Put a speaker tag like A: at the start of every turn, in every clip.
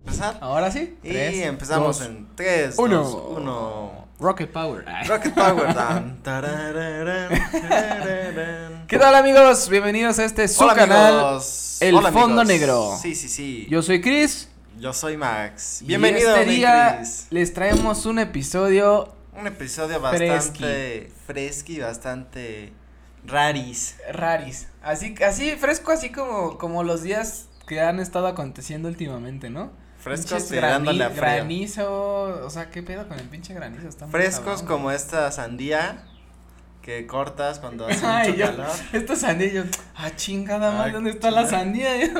A: empezar.
B: Ahora sí.
A: Y
B: Ah, Tres,
A: empezamos
B: dos,
A: en 3,
B: uno.
A: 2, 1.
B: Rocket Power. Ah.
A: Rocket Power. Dan, tarararán, tarararán.
B: ¿Qué tal amigos? Bienvenidos a este su
A: Hola,
B: canal.
A: amigos.
B: El
A: Hola,
B: Fondo
A: amigos.
B: Negro.
A: Sí, sí, sí. Yo,
B: Yo soy Chris.
A: soy Max.
B: y
A: Bienvenido,
B: este
A: mi
B: día
A: Cris.
B: les traemos un episodio
A: Un episodio bastante fresqui, bastante raris.
B: raris. Así, así fresco, así como, como los días que han estado aconteciendo últimamente, ¿no?
A: Frescos
B: Pinches
A: tirándole a
B: grani-
A: frío.
B: Granizo. O sea, ¿qué pedo con el pinche granizo? Está muy
A: Frescos
B: cabrón.
A: como esta sandía que cortas cuando hace
B: Ay,
A: mucho
B: yo,
A: calor.
B: esta sandía, yo, ah, chingada madre,
A: Ah,
B: ¿dónde está la
A: chingada.
B: sandía? Yo,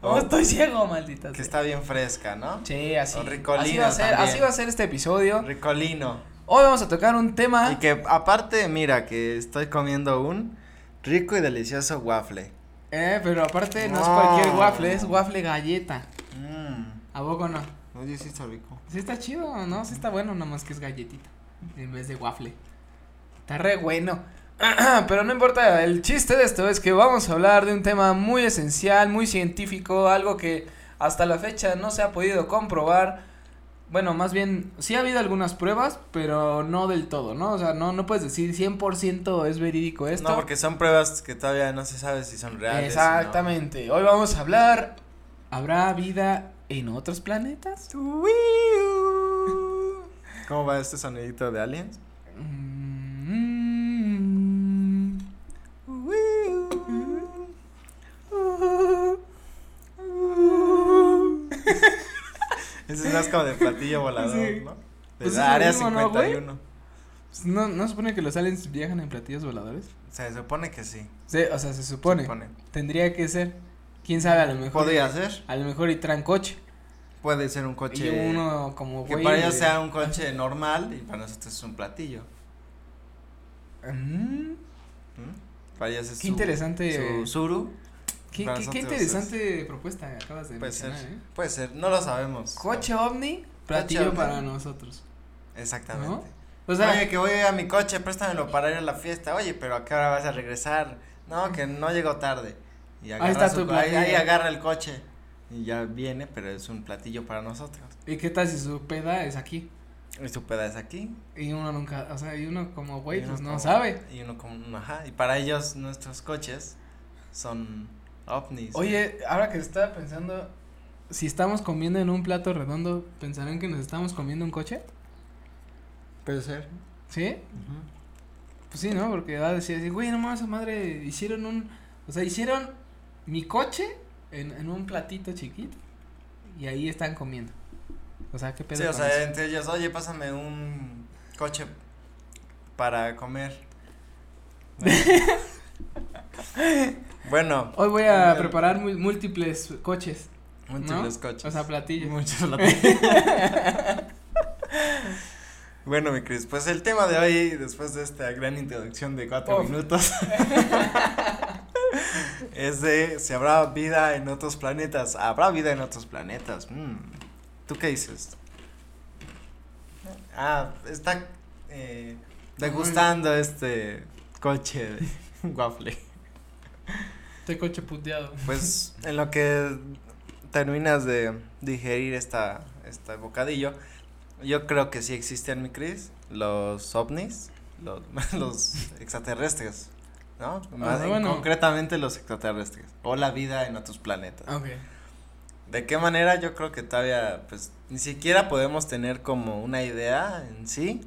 B: oh,
A: Oh.
B: estoy ciego, maldita.
A: Que
B: sea.
A: está bien fresca, ¿no?
B: Sí, así.
A: O Ricolino
B: así va a ser,
A: también.
B: así va a ser este episodio.
A: Ricolino.
B: Hoy vamos a tocar un tema.
A: Y que aparte, mira, que estoy comiendo un rico y delicioso waffle.
B: Eh, pero aparte no es
A: No.
B: cualquier waffle, es waffle galleta.
A: Mmm.
B: ¿A poco no?
A: Oye, sí está rico.
B: Mm, Sí está chido, ¿no? Sí está bueno, nomás que es galletita. En vez de waffle. Está re bueno. Pero no importa, el chiste de esto es que vamos a hablar de un tema muy esencial, muy científico, algo que hasta la fecha no se ha podido comprobar. Bueno, más bien, sí ha habido algunas pruebas, pero no del todo, ¿no? O sea, no, no puedes decir 100% es verídico esto.
A: No, porque son pruebas que todavía no se sabe si son reales. o no.
B: Exactamente. Hoy vamos a hablar. ¿Habrá vida en otros planetas?
A: ¿Cómo va este sonidito de aliens?
B: Mm.
A: Ese es más como de platillo volador,
B: Sí.
A: ¿no? De
B: Pues es
A: la área
B: lo mismo, ¿no, güey?
A: 51.
B: Pues ¿No, ¿No supone que los aliens viajan en platillos voladores?
A: Se supone que sí.
B: Se- o sea, se supone.
A: supone.
B: Tendría que ser. ¿Quién sabe? A lo mejor.
A: Podría ser.
B: A lo mejor y traen coche.
A: Puede ser un coche.
B: Y uno como
A: que
B: güey
A: para ellos
B: de-
A: sea un coche normal y para nosotros es un platillo.
B: Mm.
A: ¿Mm? Para ellos es
B: Qué
A: su-
B: interesante.
A: Su suru.
B: Qué,
A: para
B: qué- qué
A: nosotros es-
B: interesante propuesta acabas de
A: Puede ser.
B: mencionar, ¿eh?
A: Puede ser. No lo sabemos.
B: Coche ovni, platillo
A: ovni.
B: para nosotros.
A: Exactamente.
B: O sea,
A: Oye, que voy a mi coche, préstamelo para ir a la fiesta. Oye, pero ¿a qué hora vas a regresar? No, que no llego tarde. Y agarra
B: está
A: su-
B: tu
A: ahí,
B: platillo.
A: ahí agarra el coche. Y ya viene, pero es un platillo para nosotros.
B: ¿y qué tal si su peda es aquí?
A: Y su peda es aquí.
B: Y uno nunca, o sea, y uno como güey,
A: y
B: pues
A: uno
B: no
A: como-
B: sabe.
A: Y uno como, ajá. Y para ellos, nuestros coches son ovnis.
B: Oye, ahora que estaba pensando, si estamos comiendo en un plato redondo, ¿pensarán que nos estamos comiendo un coche?
A: Puede ser.
B: eh, ¿Sí? Pues sí, ¿no? Porque va a decir así, güey, no mames, esa madre, hicieron un, o sea, hicieron mi coche en, en un platito chiquito y ahí están comiendo. O sea, qué pedo.
A: Sí, o
B: con
A: sea, eh,
B: eso?
A: entre ellos, oye, pásame un coche para comer. Bueno,
B: Hoy voy a
A: Eh,
B: preparar mu- múltiples coches,
A: múltiples
B: ¿no?
A: coches.
B: o sea, platillos.
A: Muchos platillos. bueno, mi Cris, pues el tema de hoy, después de esta gran introducción de cuatro
B: Uf.
A: minutos, es de si habrá vida en otros planetas. ¿Habrá vida en otros planetas? Mm. ¿Tú qué dices? Ah, está eh, degustando este coche de waffle.
B: Este coche puteado.
A: Pues en lo que terminas de digerir esta, este bocadillo, yo creo que sí existen, mi Cris, los ovnis, los, los extraterrestres, ¿no? Más
B: Ah,
A: en-
B: bueno.
A: Concretamente los extraterrestres, o la vida en otros planetas.
B: Ok.
A: ¿De qué manera? Yo creo que todavía, pues, ni siquiera podemos tener como una idea en sí,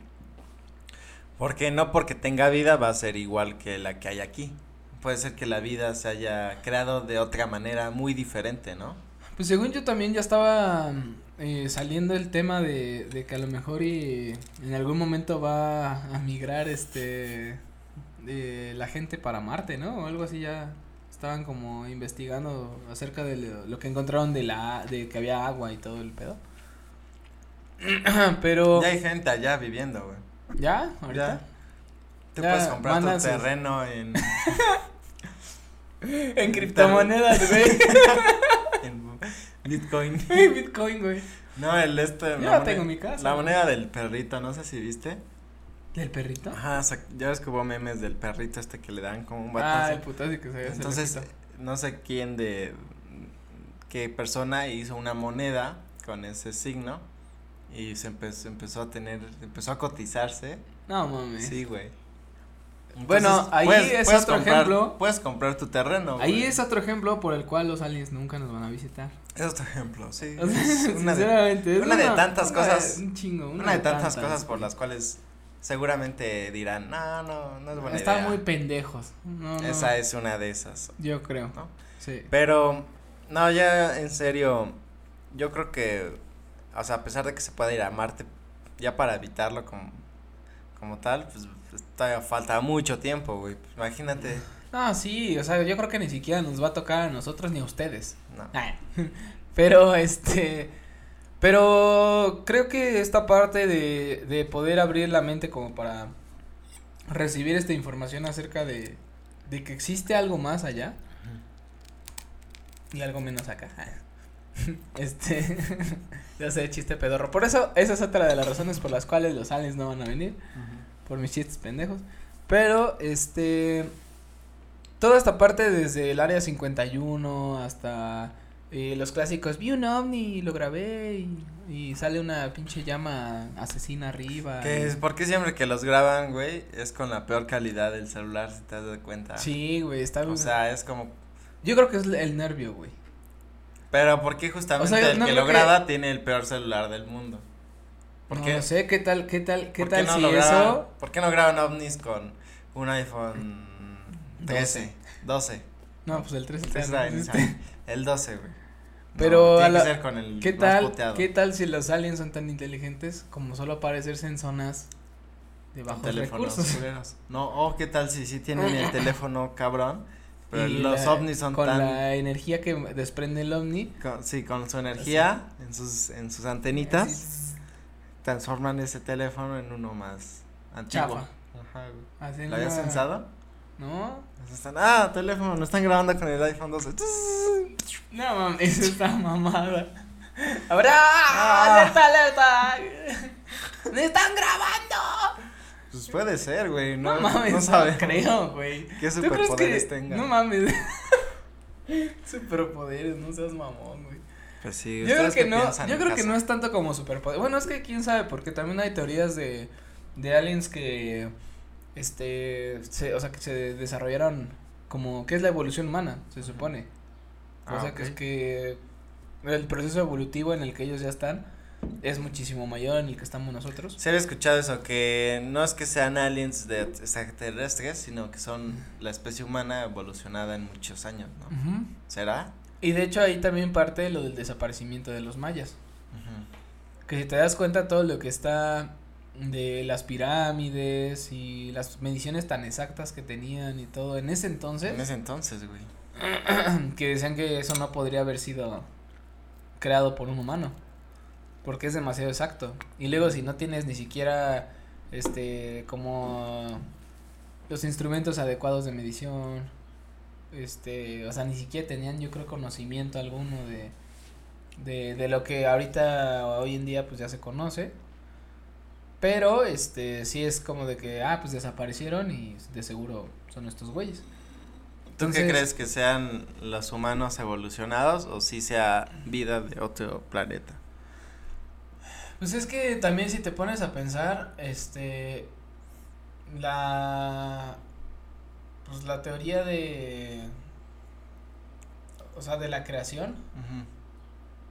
A: porque no porque tenga vida va a ser igual que la que hay aquí. Puede ser que la vida se haya creado de otra manera muy diferente, ¿no?
B: Pues según yo también ya estaba mm, eh, saliendo el tema de, de que a lo mejor y en algún momento va a migrar este de la gente para Marte, ¿no? O algo así ya estaban como investigando acerca de lo, lo que encontraron de la de que había agua y todo el pedo. Pero
A: Ya hay gente allá viviendo, güey.
B: ya, ahorita
A: Tú
B: Ya,
A: puedes comprar
B: mandan
A: tu
B: sus-
A: terreno en,
B: en criptomonedas, güey,
A: en Bitcoin.
B: Bitcoin, güey.
A: No, el este.
B: Yo
A: la
B: ya
A: moneda-
B: tengo mi casa.
A: La moneda del perrito, no sé si viste.
B: ¿Del perrito?
A: Ajá, sa- ya ves que hubo memes del perrito este que le dan como Ah, un batazo.
B: Ah, el putazo que se se le
A: Entonces,
B: quitó.
A: no sé quién de qué persona hizo una moneda con ese signo y se empezó, empezó a tener, empezó a cotizarse.
B: No mames.
A: Sí, güey.
B: Bueno, ahí es otro
A: comprar,
B: ejemplo.
A: Puedes comprar tu terreno.
B: Ahí
A: güey.
B: es otro ejemplo por el cual los aliens nunca nos van a visitar.
A: Es otro ejemplo, sí.
B: O sea,
A: es una de-
B: sinceramente, es
A: una de tantas
B: una de-
A: cosas-
B: Un chingo. Una,
A: Una de tantas cosas por las cuales seguramente dirán, no, no, no es buena
B: Están
A: idea".
B: muy pendejos. No, no,
A: Esa es una de esas.
B: Yo creo.
A: ¿No?
B: Sí.
A: Pero, no, ya en serio, yo creo que, o sea, a pesar de que se pueda ir a Marte, ya para evitarlo como, como tal, pues pues, todavía falta mucho tiempo, güey. Pues, Imagínate.
B: No, sí, o sea, yo creo que ni siquiera nos va a tocar a nosotros ni a ustedes.
A: No.
B: Ah, Pero este. Pero creo que esta parte de, de poder abrir la mente como para recibir esta información acerca de, de que existe algo más allá y algo menos acá. Este, ya sé, chiste pedorro. Por eso, esa es otra de las razones por las cuales los aliens no van a venir por mis chistes pendejos. Pero, este, toda esta parte desde el área 51 hasta eh, los clásicos, vi un ovni y lo grabé y, y sale una pinche llama asesina arriba.
A: Que es porque siempre que los graban, güey, es con la peor calidad del celular, si te das de cuenta.
B: Sí, güey, está
A: O sea, es como.
B: Yo creo que es el nervio, güey.
A: Pero ¿por qué justamente
B: O sea,
A: el
B: no
A: que
B: creo
A: lo
B: que-
A: graba tiene el peor celular del mundo? ¿Por
B: no
A: qué?
B: lo sé, qué tal, qué tal, qué
A: ¿Por
B: tal
A: no
B: si
A: lo graban-
B: eso.
A: ¿Por qué no graban ovnis con un iPhone 13? 12.
B: No, pues el 3
A: Ese es la de Nissan. El 12, güey. No,
B: Pero
A: tiene
B: a
A: que
B: la-
A: ser con el
B: ¿Qué
A: más
B: tal,
A: puteado.
B: qué tal si los aliens son tan inteligentes como solo aparecerse en zonas de
A: Con
B: bajos
A: teléfonos
B: recursos?
A: culeros. No, o qué tal si sí tienen el teléfono cabrón, pero
B: Y
A: los
B: la-
A: ovnis son
B: con
A: tan
B: la energía que desprende el ovni
A: con- sí, con su energía en sus en sus antenitas
B: así,
A: transforman ese teléfono en uno más antiguo.
B: Chafa.
A: Ajá, güey.
B: hacen
A: ¿Lo habías
B: una-
A: pensado?
B: no
A: Nos están- ah, teléfono, lo están grabando con el iPhone 12.
B: no mames eso está mamada ahora
A: Ah.
B: alerta alerta me están grabando
A: Pues puede ser, güey, no,
B: no, mames
A: no
B: no
A: sabes
B: creo güey
A: qué
B: ¿Tú crees
A: superpoderes
B: que-
A: tenga.
B: no mames superpoderes no seas mamón güey
A: Pues sí,
B: Yo creo
A: ¿ustedes
B: que
A: qué
B: no,
A: piensan
B: yo
A: en
B: creo que
A: casa?
B: no es tanto como superpoder. Bueno, es que quién sabe, porque también hay teorías de, de aliens que, este, se, o sea, que se desarrollaron como, que es la evolución humana, se
A: Ujú.
B: supone. O
A: Ah,
B: sea,
A: ok.
B: que es que el proceso evolutivo en el que ellos ya están es muchísimo mayor en el que estamos nosotros.
A: Se había escuchado eso, que no es que sean aliens de extraterrestres, sino que son la especie humana evolucionada en muchos años, ¿no?
B: Ujú.
A: ¿Será?
B: Y de hecho ahí también parte lo del desaparecimiento de los mayas. Que si te das cuenta todo lo que está de las pirámides y las mediciones tan exactas que tenían y todo en ese entonces,
A: En ese entonces, güey.
B: que decían que eso no podría haber sido creado por un humano, porque es demasiado exacto. Y luego si no tienes ni siquiera este como los instrumentos adecuados de medición, este, o sea, ni siquiera tenían yo creo conocimiento alguno de de, de lo que ahorita hoy en día pues ya se conoce. Pero este sí es como de que ah, pues desaparecieron y de seguro son estos güeyes.
A: ¿Tú
B: Entonces-
A: qué crees que sean los humanos evolucionados o si sea vida de otro planeta?
B: Pues es que también si te pones a pensar, este, la, pues la teoría de, o sea, de la creación,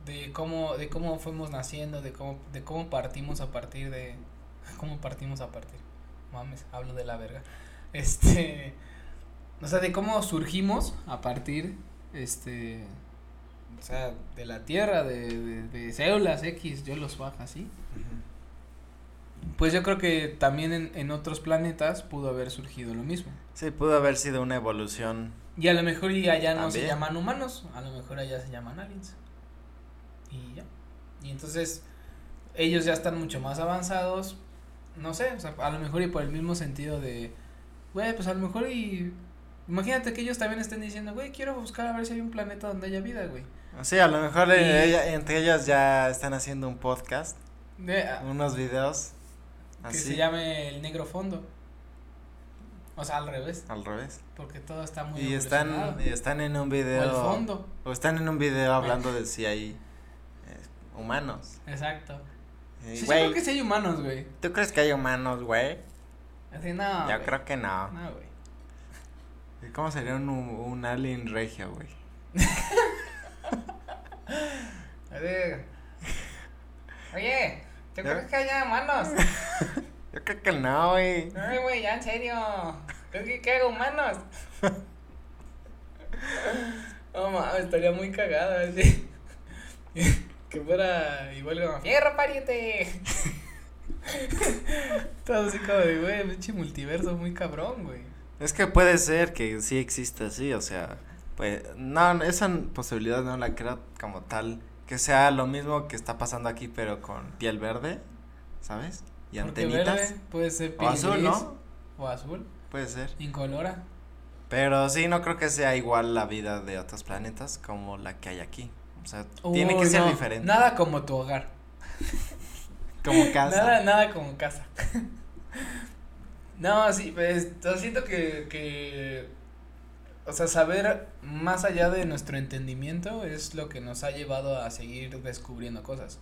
B: de cómo, de cómo fuimos naciendo, de cómo, de cómo partimos a partir de, cómo partimos a partir, mames, hablo de la verga, este, o sea, de cómo surgimos a partir, este, o sea, de la tierra, de, de, de células X, yo los bajo así. Pues yo creo que también en, en otros planetas pudo haber surgido lo mismo.
A: Sí, pudo haber sido una evolución.
B: Y a lo mejor y allá no se
A: También.
B: llaman humanos, a lo mejor allá se llaman aliens. Y ya. Y entonces ellos ya están mucho más avanzados. No sé, o sea, a lo mejor y por el mismo sentido de, güey, pues a lo mejor y imagínate que ellos también estén diciendo, güey, quiero buscar a ver si hay un planeta donde haya vida, güey.
A: Sí, a lo mejor
B: Y-
A: eh, ella- entre ellos ya están haciendo un podcast,
B: De- a-
A: unos videos.
B: que
A: Así,
B: se llame el negro fondo. O sea, al revés,
A: al revés.
B: porque todo está muy
A: Y están,
B: evolucionado.
A: están en un video.
B: O el fondo.
A: O están en un video hablando de si hay eh, humanos.
B: Exacto.
A: Y,
B: Sí,
A: güey,
B: yo creo que sí hay humanos, güey.
A: ¿tú crees que hay humanos, güey?
B: Así, no.
A: Yo
B: güey.
A: creo que no.
B: No, güey.
A: ¿Y ¿Cómo sería un, un alien regio, güey?
B: Así. Oye, ¿tú
A: ¿Ya?
B: crees que haya humanos?
A: Yo creo que no, güey.
B: Ay, güey, ya en serio. ¿Crees que, que haga humanos? No mames, estaría muy cagada, así. Que fuera igual como, ¡Fierro, pariente! Todo así como de, güey, pinche multiverso muy cabrón, güey.
A: Es que puede ser que sí exista así, o sea, pues no, esa n- posibilidad no la creo como tal, que sea lo mismo que está pasando aquí, pero con piel verde, ¿sabes? Y
B: Porque
A: antenitas.
B: verde puede ser
A: O azul,
B: gris
A: ¿no?
B: O azul,
A: Puede ser.
B: incolora.
A: Pero sí, no creo que sea igual la vida de otros planetas como la que hay aquí. O sea, tiene que
B: Uy,
A: ser
B: no,
A: diferente.
B: Nada como tu hogar.
A: Como casa.
B: Nada, nada como casa. no, sí, pues yo siento que, que, o sea, saber más allá de nuestro entendimiento es lo que nos ha llevado a seguir descubriendo cosas.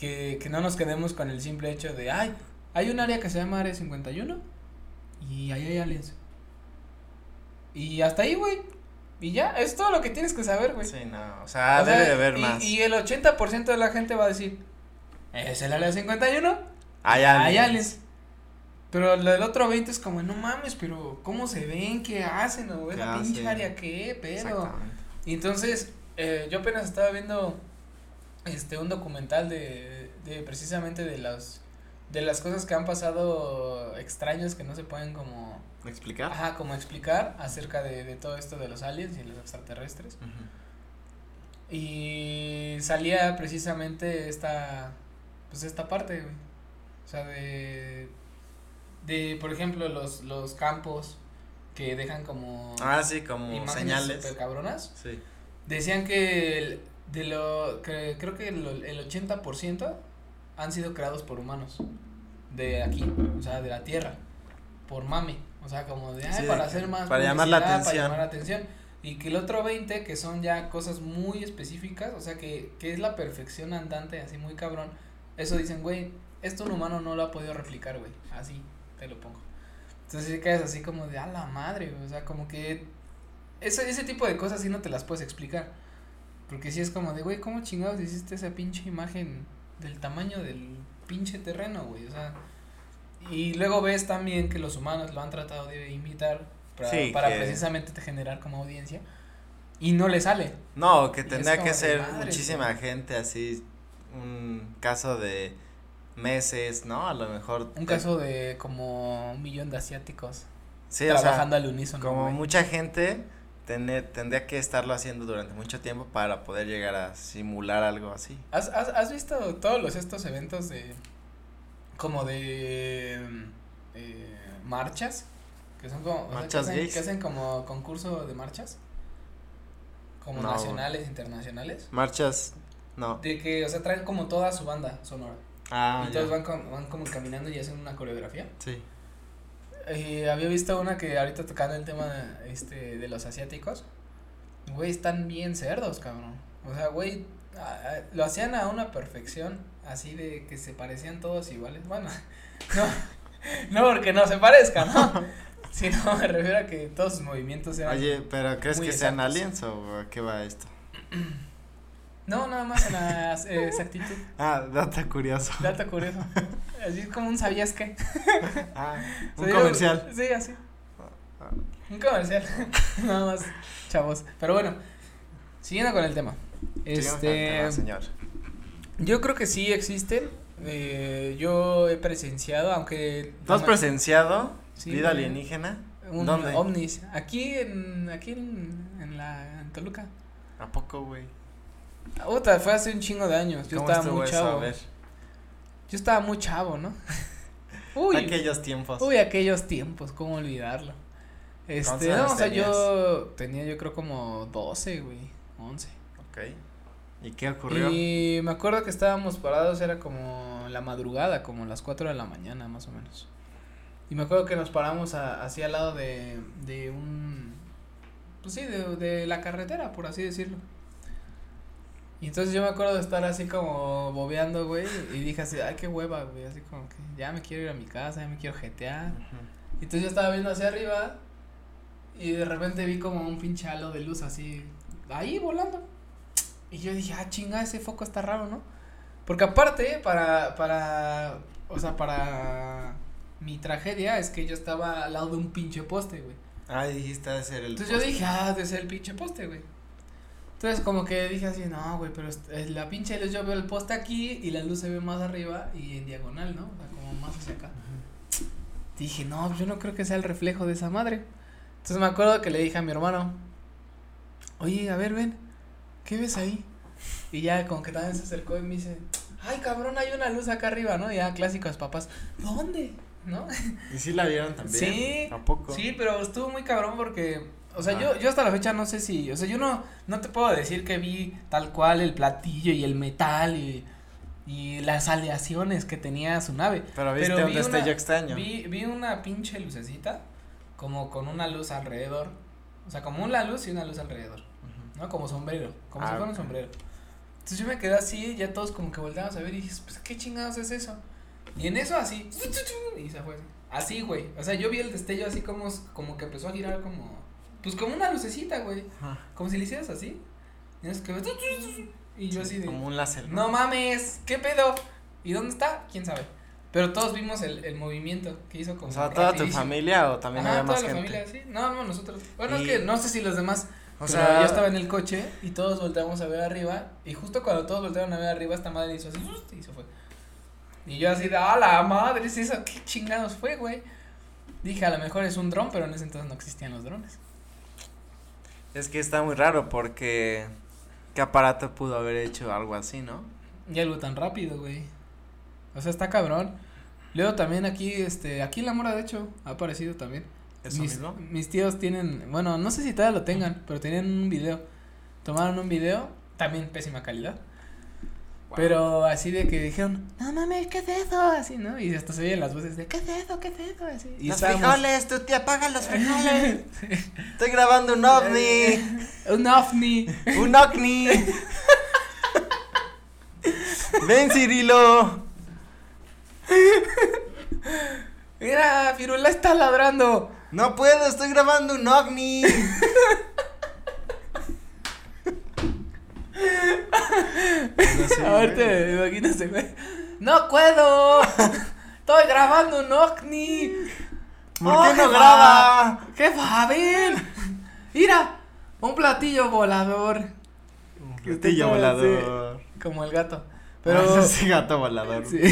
B: Que, que no nos quedemos con el simple hecho de, ay, hay un área que se llama Área 51 y ahí hay aliens. Y hasta ahí, güey. Y ya, es todo lo que tienes que saber, güey.
A: Sí, no. O sea,
B: O sea,
A: Ah, debe de haber
B: y,
A: más.
B: Y el 80% de la gente va a decir, es el área 51,
A: Hay
B: hay
A: aliens.
B: aliens. Pero lo del otro 20 es como, no mames, pero ¿cómo se ven? ¿Qué hacen? ¿O
A: ¿Qué
B: esa pinche
A: hacen?
B: área qué? Pero.
A: Exactamente.
B: Y entonces, eh, yo apenas estaba viendo este un documental de, de precisamente de las de las cosas que han pasado extrañas que no se pueden como
A: ¿Me explicar?
B: ajá, como explicar acerca de, de todo esto de los aliens y los extraterrestres.
A: Ujú.
B: Y salía precisamente esta, pues esta parte, güey. O sea, de, de, por ejemplo, los, los campos que dejan como
A: Ah, sí, como
B: imágenes
A: señales.
B: super cabronas.
A: Sí.
B: Decían que el- de lo, que creo que el, el 80% han sido creados por humanos de aquí, o sea, de la tierra, por mame, o sea, como de, ay,
A: Sí, de
B: para
A: que-
B: hacer más
A: para llamar la
B: publicidad,
A: atención.
B: para llamar la atención, y que el otro 20 que son ya cosas muy específicas, o sea, que, que es la perfección andante, así muy cabrón, eso dicen, güey, esto un humano no lo ha podido replicar, güey, así te lo pongo. Entonces sí quedas así como de, a la madre, güey", o sea, como que ese, ese tipo de cosas sí no te las puedes explicar. Porque sí es como de, güey, ¿cómo chingados hiciste esa pinche imagen del tamaño del pinche terreno, güey? O sea, y luego ves también que los humanos lo han tratado de imitar para,
A: Sí,
B: para
A: que-
B: precisamente te generar como audiencia y no le sale.
A: No, que
B: Y es
A: tendría
B: como
A: que
B: de
A: ser
B: madres,
A: muchísima
B: güey.
A: gente así, un caso de meses, ¿no? A lo mejor.
B: Un caso de como un millón de asiáticos
A: sí, o sea,
B: trabajando al unísono.
A: como
B: güey.
A: mucha gente tener, tendría que estarlo haciendo durante mucho tiempo para poder llegar a simular algo así.
B: ¿Has, has, has visto todos los estos eventos de como de mm, eh, marchas? Que son como o sea, que
A: Marchas
B: hacen-
A: gays.
B: que hacen como concurso de marchas. Como
A: No,
B: nacionales, internacionales.
A: Marchas, no.
B: De que, o sea, traen como toda su banda sonora.
A: Ah,
B: y
A: ya.
B: todos van, com- van como caminando y hacen una coreografía.
A: Sí.
B: Eh, había visto una que ahorita tocando el tema este de los asiáticos. Güey, están bien cerdos, cabrón. O sea, güey, a- a- lo hacían a una perfección, así de que se parecían todos iguales. Bueno, no, no porque no se parezcan, ¿no? Sino me refiero a que todos sus movimientos eran.
A: Oye, pero ¿crees
B: muy
A: que sean
B: exactos.
A: aliens o a qué va esto?
B: No, nada más en la eh, exactitud.
A: Ah, data curioso.
B: Dato curioso. Así es como un sabías qué.
A: Ah, un
B: Sí,
A: comercial.
B: Sí, así. Un comercial. Nada más, chavos. Pero bueno, siguiendo con el tema.
A: Sigamos con el
B: Este,
A: tema, señor.
B: yo creo que sí existen. eh, yo he presenciado, aunque.
A: ¿Tú has
B: no me-
A: presenciado
B: Sí,
A: vida
B: güey.
A: alienígena?
B: un-
A: ¿Dónde?
B: Ovnis. Aquí en, aquí en, en la en Toluca.
A: ¿A poco, güey?
B: Puta, fue hace un chingo de años. Yo
A: ¿Cómo
B: estaba
A: estuvo
B: muy
A: eso? A
B: chavo.
A: ver.
B: Yo estaba muy chavo, ¿no? Uy.
A: Aquellos tiempos.
B: Uy, aquellos tiempos, cómo olvidarlo.
A: ¿Cuántos
B: Este,
A: años
B: no, o sea,
A: tenías?
B: yo tenía yo creo como 12, güey, 11.
A: Ok. ¿Y qué ocurrió?
B: Y me acuerdo que estábamos parados, era como la madrugada, como las 4 de la mañana más o menos. Y me acuerdo que nos paramos a- así al lado de, de un, pues sí, de, de la carretera, por así decirlo. Y entonces yo me acuerdo de estar así como bobeando, güey, y dije así, ay, qué hueva, güey, así como que ya me quiero ir a mi casa, ya me quiero jetear. Y entonces yo estaba viendo hacia arriba y de repente vi como un pinche halo de luz así, ahí volando. Y yo dije, ah, chinga, ese foco está raro, ¿no? Porque aparte, para, para, o sea, para mi tragedia es que yo estaba al lado de un pinche poste, güey.
A: Ah, dijiste de ser el.
B: Entonces yo dije, ah, de ser el pinche poste, güey. Entonces como que dije así, no, güey, pero est- eh, la pinche luz, yo veo el poste aquí y la luz se ve más arriba y en diagonal, ¿no? O sea, como más hacia acá. Dije, no, pues yo no creo que sea el reflejo de esa madre. Entonces me acuerdo que le dije a mi hermano, oye, a ver, ven, ¿qué ves ahí? Y ya como que también se acercó y me dice, ay, cabrón, hay una luz acá arriba, ¿no? Y ya clásicos papás, ¿dónde? ¿No?
A: ¿Y sí la vieron también?
B: Sí.
A: ¿A poco?
B: Sí, pero estuvo muy cabrón porque, o sea,
A: Ah.
B: yo, yo hasta la fecha no sé si, o sea, yo no, no te puedo decir que vi tal cual el platillo y el metal y, y las aleaciones que tenía su nave.
A: Pero viste
B: Pero
A: un
B: vi
A: destello
B: una-
A: extraño.
B: Vi, vi una pinche lucecita, como con una luz alrededor, o sea, como una luz y una luz alrededor,
A: Ujú.
B: ¿no? Como sombrero, como
A: Ah,
B: si fuera un
A: ok.
B: sombrero. Entonces yo me quedé así, ya todos como que volteamos a ver y dije, pues, ¿qué chingados es eso? Y en eso así, y se fue así. Así, güey. O sea, yo vi el destello así como, como que empezó a girar como. Pues como una lucecita, güey.
A: Ajá.
B: Como si le hicieras así. Y es que. Y yo así de.
A: Como un láser.
B: No mames, ¿qué pedo? ¿Y dónde está? ¿Quién sabe? Pero todos vimos el, el movimiento que hizo como.
A: O sea, ¿toda tu
B: rapidísimo.
A: familia o también
B: Ajá,
A: había
B: toda
A: más
B: la
A: gente?
B: familia, sí. No, no, nosotros. Bueno,
A: Y-
B: es que no sé si los demás.
A: O
B: O
A: sea,
B: sea, yo estaba en el coche y todos volteamos a ver arriba. Y justo cuando todos voltearon a ver arriba, esta madre hizo así ¡ust! y se fue. Y yo así de, ¡ah, la madre! ¿Es eso? ¿Qué chingados fue, güey? Dije, a lo mejor es un dron, pero en ese entonces no existían los drones.
A: Es que está muy raro porque qué aparato pudo haber hecho algo así, ¿no?
B: Y algo tan rápido, güey. O sea, está cabrón. Luego también aquí, este, aquí en la mora, de hecho, ha aparecido también.
A: Eso
B: mis,
A: mismo.
B: mis tíos tienen, bueno, no sé si todavía lo tengan, pero tenían un video. Tomaron un video, también pésima calidad.
A: Wow.
B: Pero así de que dijeron, no mames, ¿qué es eso? Así, ¿no? Y hasta se oyen las voces de, ¿qué es eso? ¿Qué es eso? Así. Y
A: los
B: estábamos-
A: frijoles, tu tía paga los frijoles. Estoy grabando un ovni,
B: un ovni.
A: un ovni. Ven Cirilo.
B: Mira, Firula está ladrando.
A: No puedo, estoy grabando un ovni. No sé,
B: Ahorita
A: güey.
B: me imagino ese güey. ¡No puedo! ¡Estoy grabando un ovni!
A: ¿Por qué
B: ¡Oh,
A: no
B: jefa!
A: graba?
B: ¡Jefa, ven! ¡Mira! Un platillo volador.
A: Un
B: Que está
A: platillo
B: todo así.
A: volador.
B: Como el gato.
A: Pero
B: Pero.
A: ese gato volador.
B: Sí.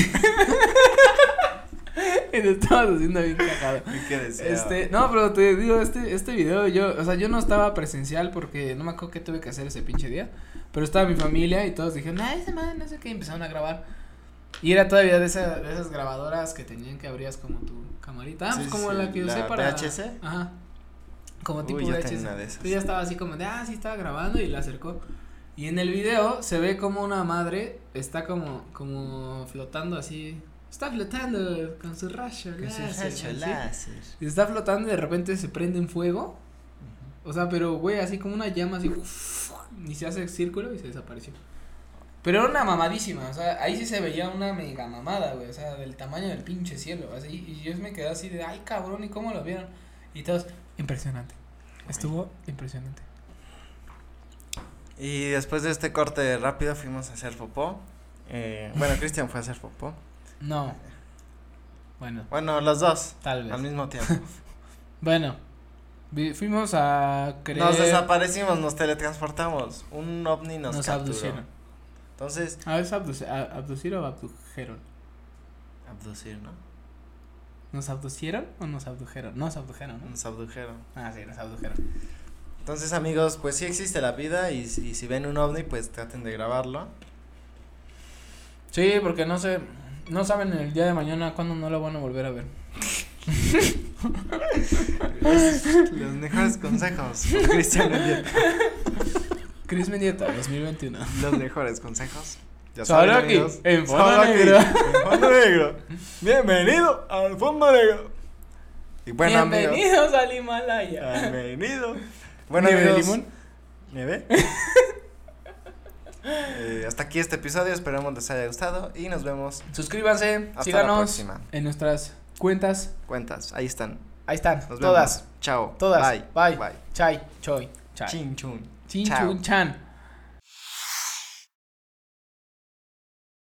B: y lo estabas haciendo bien cagado.
A: ¿Qué decía?
B: Este, no, pero te digo, este, este video, yo, o sea, yo no estaba presencial porque no me acuerdo qué tuve que hacer ese pinche día, pero estaba mi familia y todos dijeron, ah, esa madre, no sé qué, y empezaron a grabar. Y era todavía de, esa- de esas grabadoras que tenían que abrías como tu camarita, ah,
A: Sí,
B: pues como
A: sí,
B: la que usé
A: la
B: para.
A: VHS.
B: Ajá. Como
A: Uy,
B: tipo
A: yo tenía
B: VHS.
A: una de esas.
B: Entonces ya estaba así como de, ah, sí, estaba grabando y la acercó. Y en el video se ve como una madre está como, como flotando así. Está flotando con su rayo.
A: Con su
B: láser,
A: rayo
B: así.
A: láser.
B: Y está flotando y de repente se prende en fuego. O sea, pero güey, así como una llama así. uf, y se hace círculo y se desapareció. Pero era una mamadísima, o sea, ahí sí se veía una mega mamada, güey, o sea, del tamaño del pinche cielo, así, y yo me quedé así de, ay, cabrón, ¿y cómo lo vieron? Y todos, impresionante, estuvo impresionante.
A: Y después de este corte rápido fuimos a hacer popó. Eh, bueno, Cristian fue a hacer popó.
B: No. Bueno,
A: Bueno, los dos.
B: tal
A: Al
B: vez.
A: mismo tiempo.
B: Bueno, vi- fuimos a creer,
A: Nos desaparecimos, nos teletransportamos. Un ovni nos,
B: nos
A: capturó.
B: abducieron.
A: Entonces,
B: A ver, Ah, abduce- a- ¿abducir o abdujeron?
A: abducir, ¿no?
B: ¿Nos abducieron o nos abdujeron? Nos abdujeron, ¿no?
A: Nos abdujeron.
B: Ah, sí, nos abdujeron.
A: Entonces, amigos, pues sí existe la vida y, si- y si ven un ovni, pues traten de grabarlo.
B: Sí, porque no sé, no saben el día de mañana cuándo no lo van a volver a ver.
A: Los mejores consejos. por Cristian Uriel.
B: Chris Mendieta, 2021.
A: Los mejores consejos. Ya
B: Solo
A: saben,
B: aquí,
A: amigos.
B: en fondo
A: Solo aquí,
B: negro.
A: en fondo negro. Bienvenido al fondo negro. Y bueno, amigos.
B: Bienvenidos al Himalaya.
A: Bienvenido. Bueno,
B: ¿Nieve de
A: amigos,
B: limón?
A: ¿Nieve? Eh, hasta aquí este episodio, esperamos les haya gustado y nos vemos.
B: Suscríbanse,
A: Hasta la
B: síganos
A: próxima.
B: en nuestras cuentas.
A: Cuentas, ahí están.
B: Ahí están,
A: Nos
B: todas,
A: vemos. Chao.
B: todas.
A: Bye.
B: Bye.
A: Bye.
B: Chai, choi, chai.
A: Chin chun.
B: Chin
A: Chao.
B: chun chan.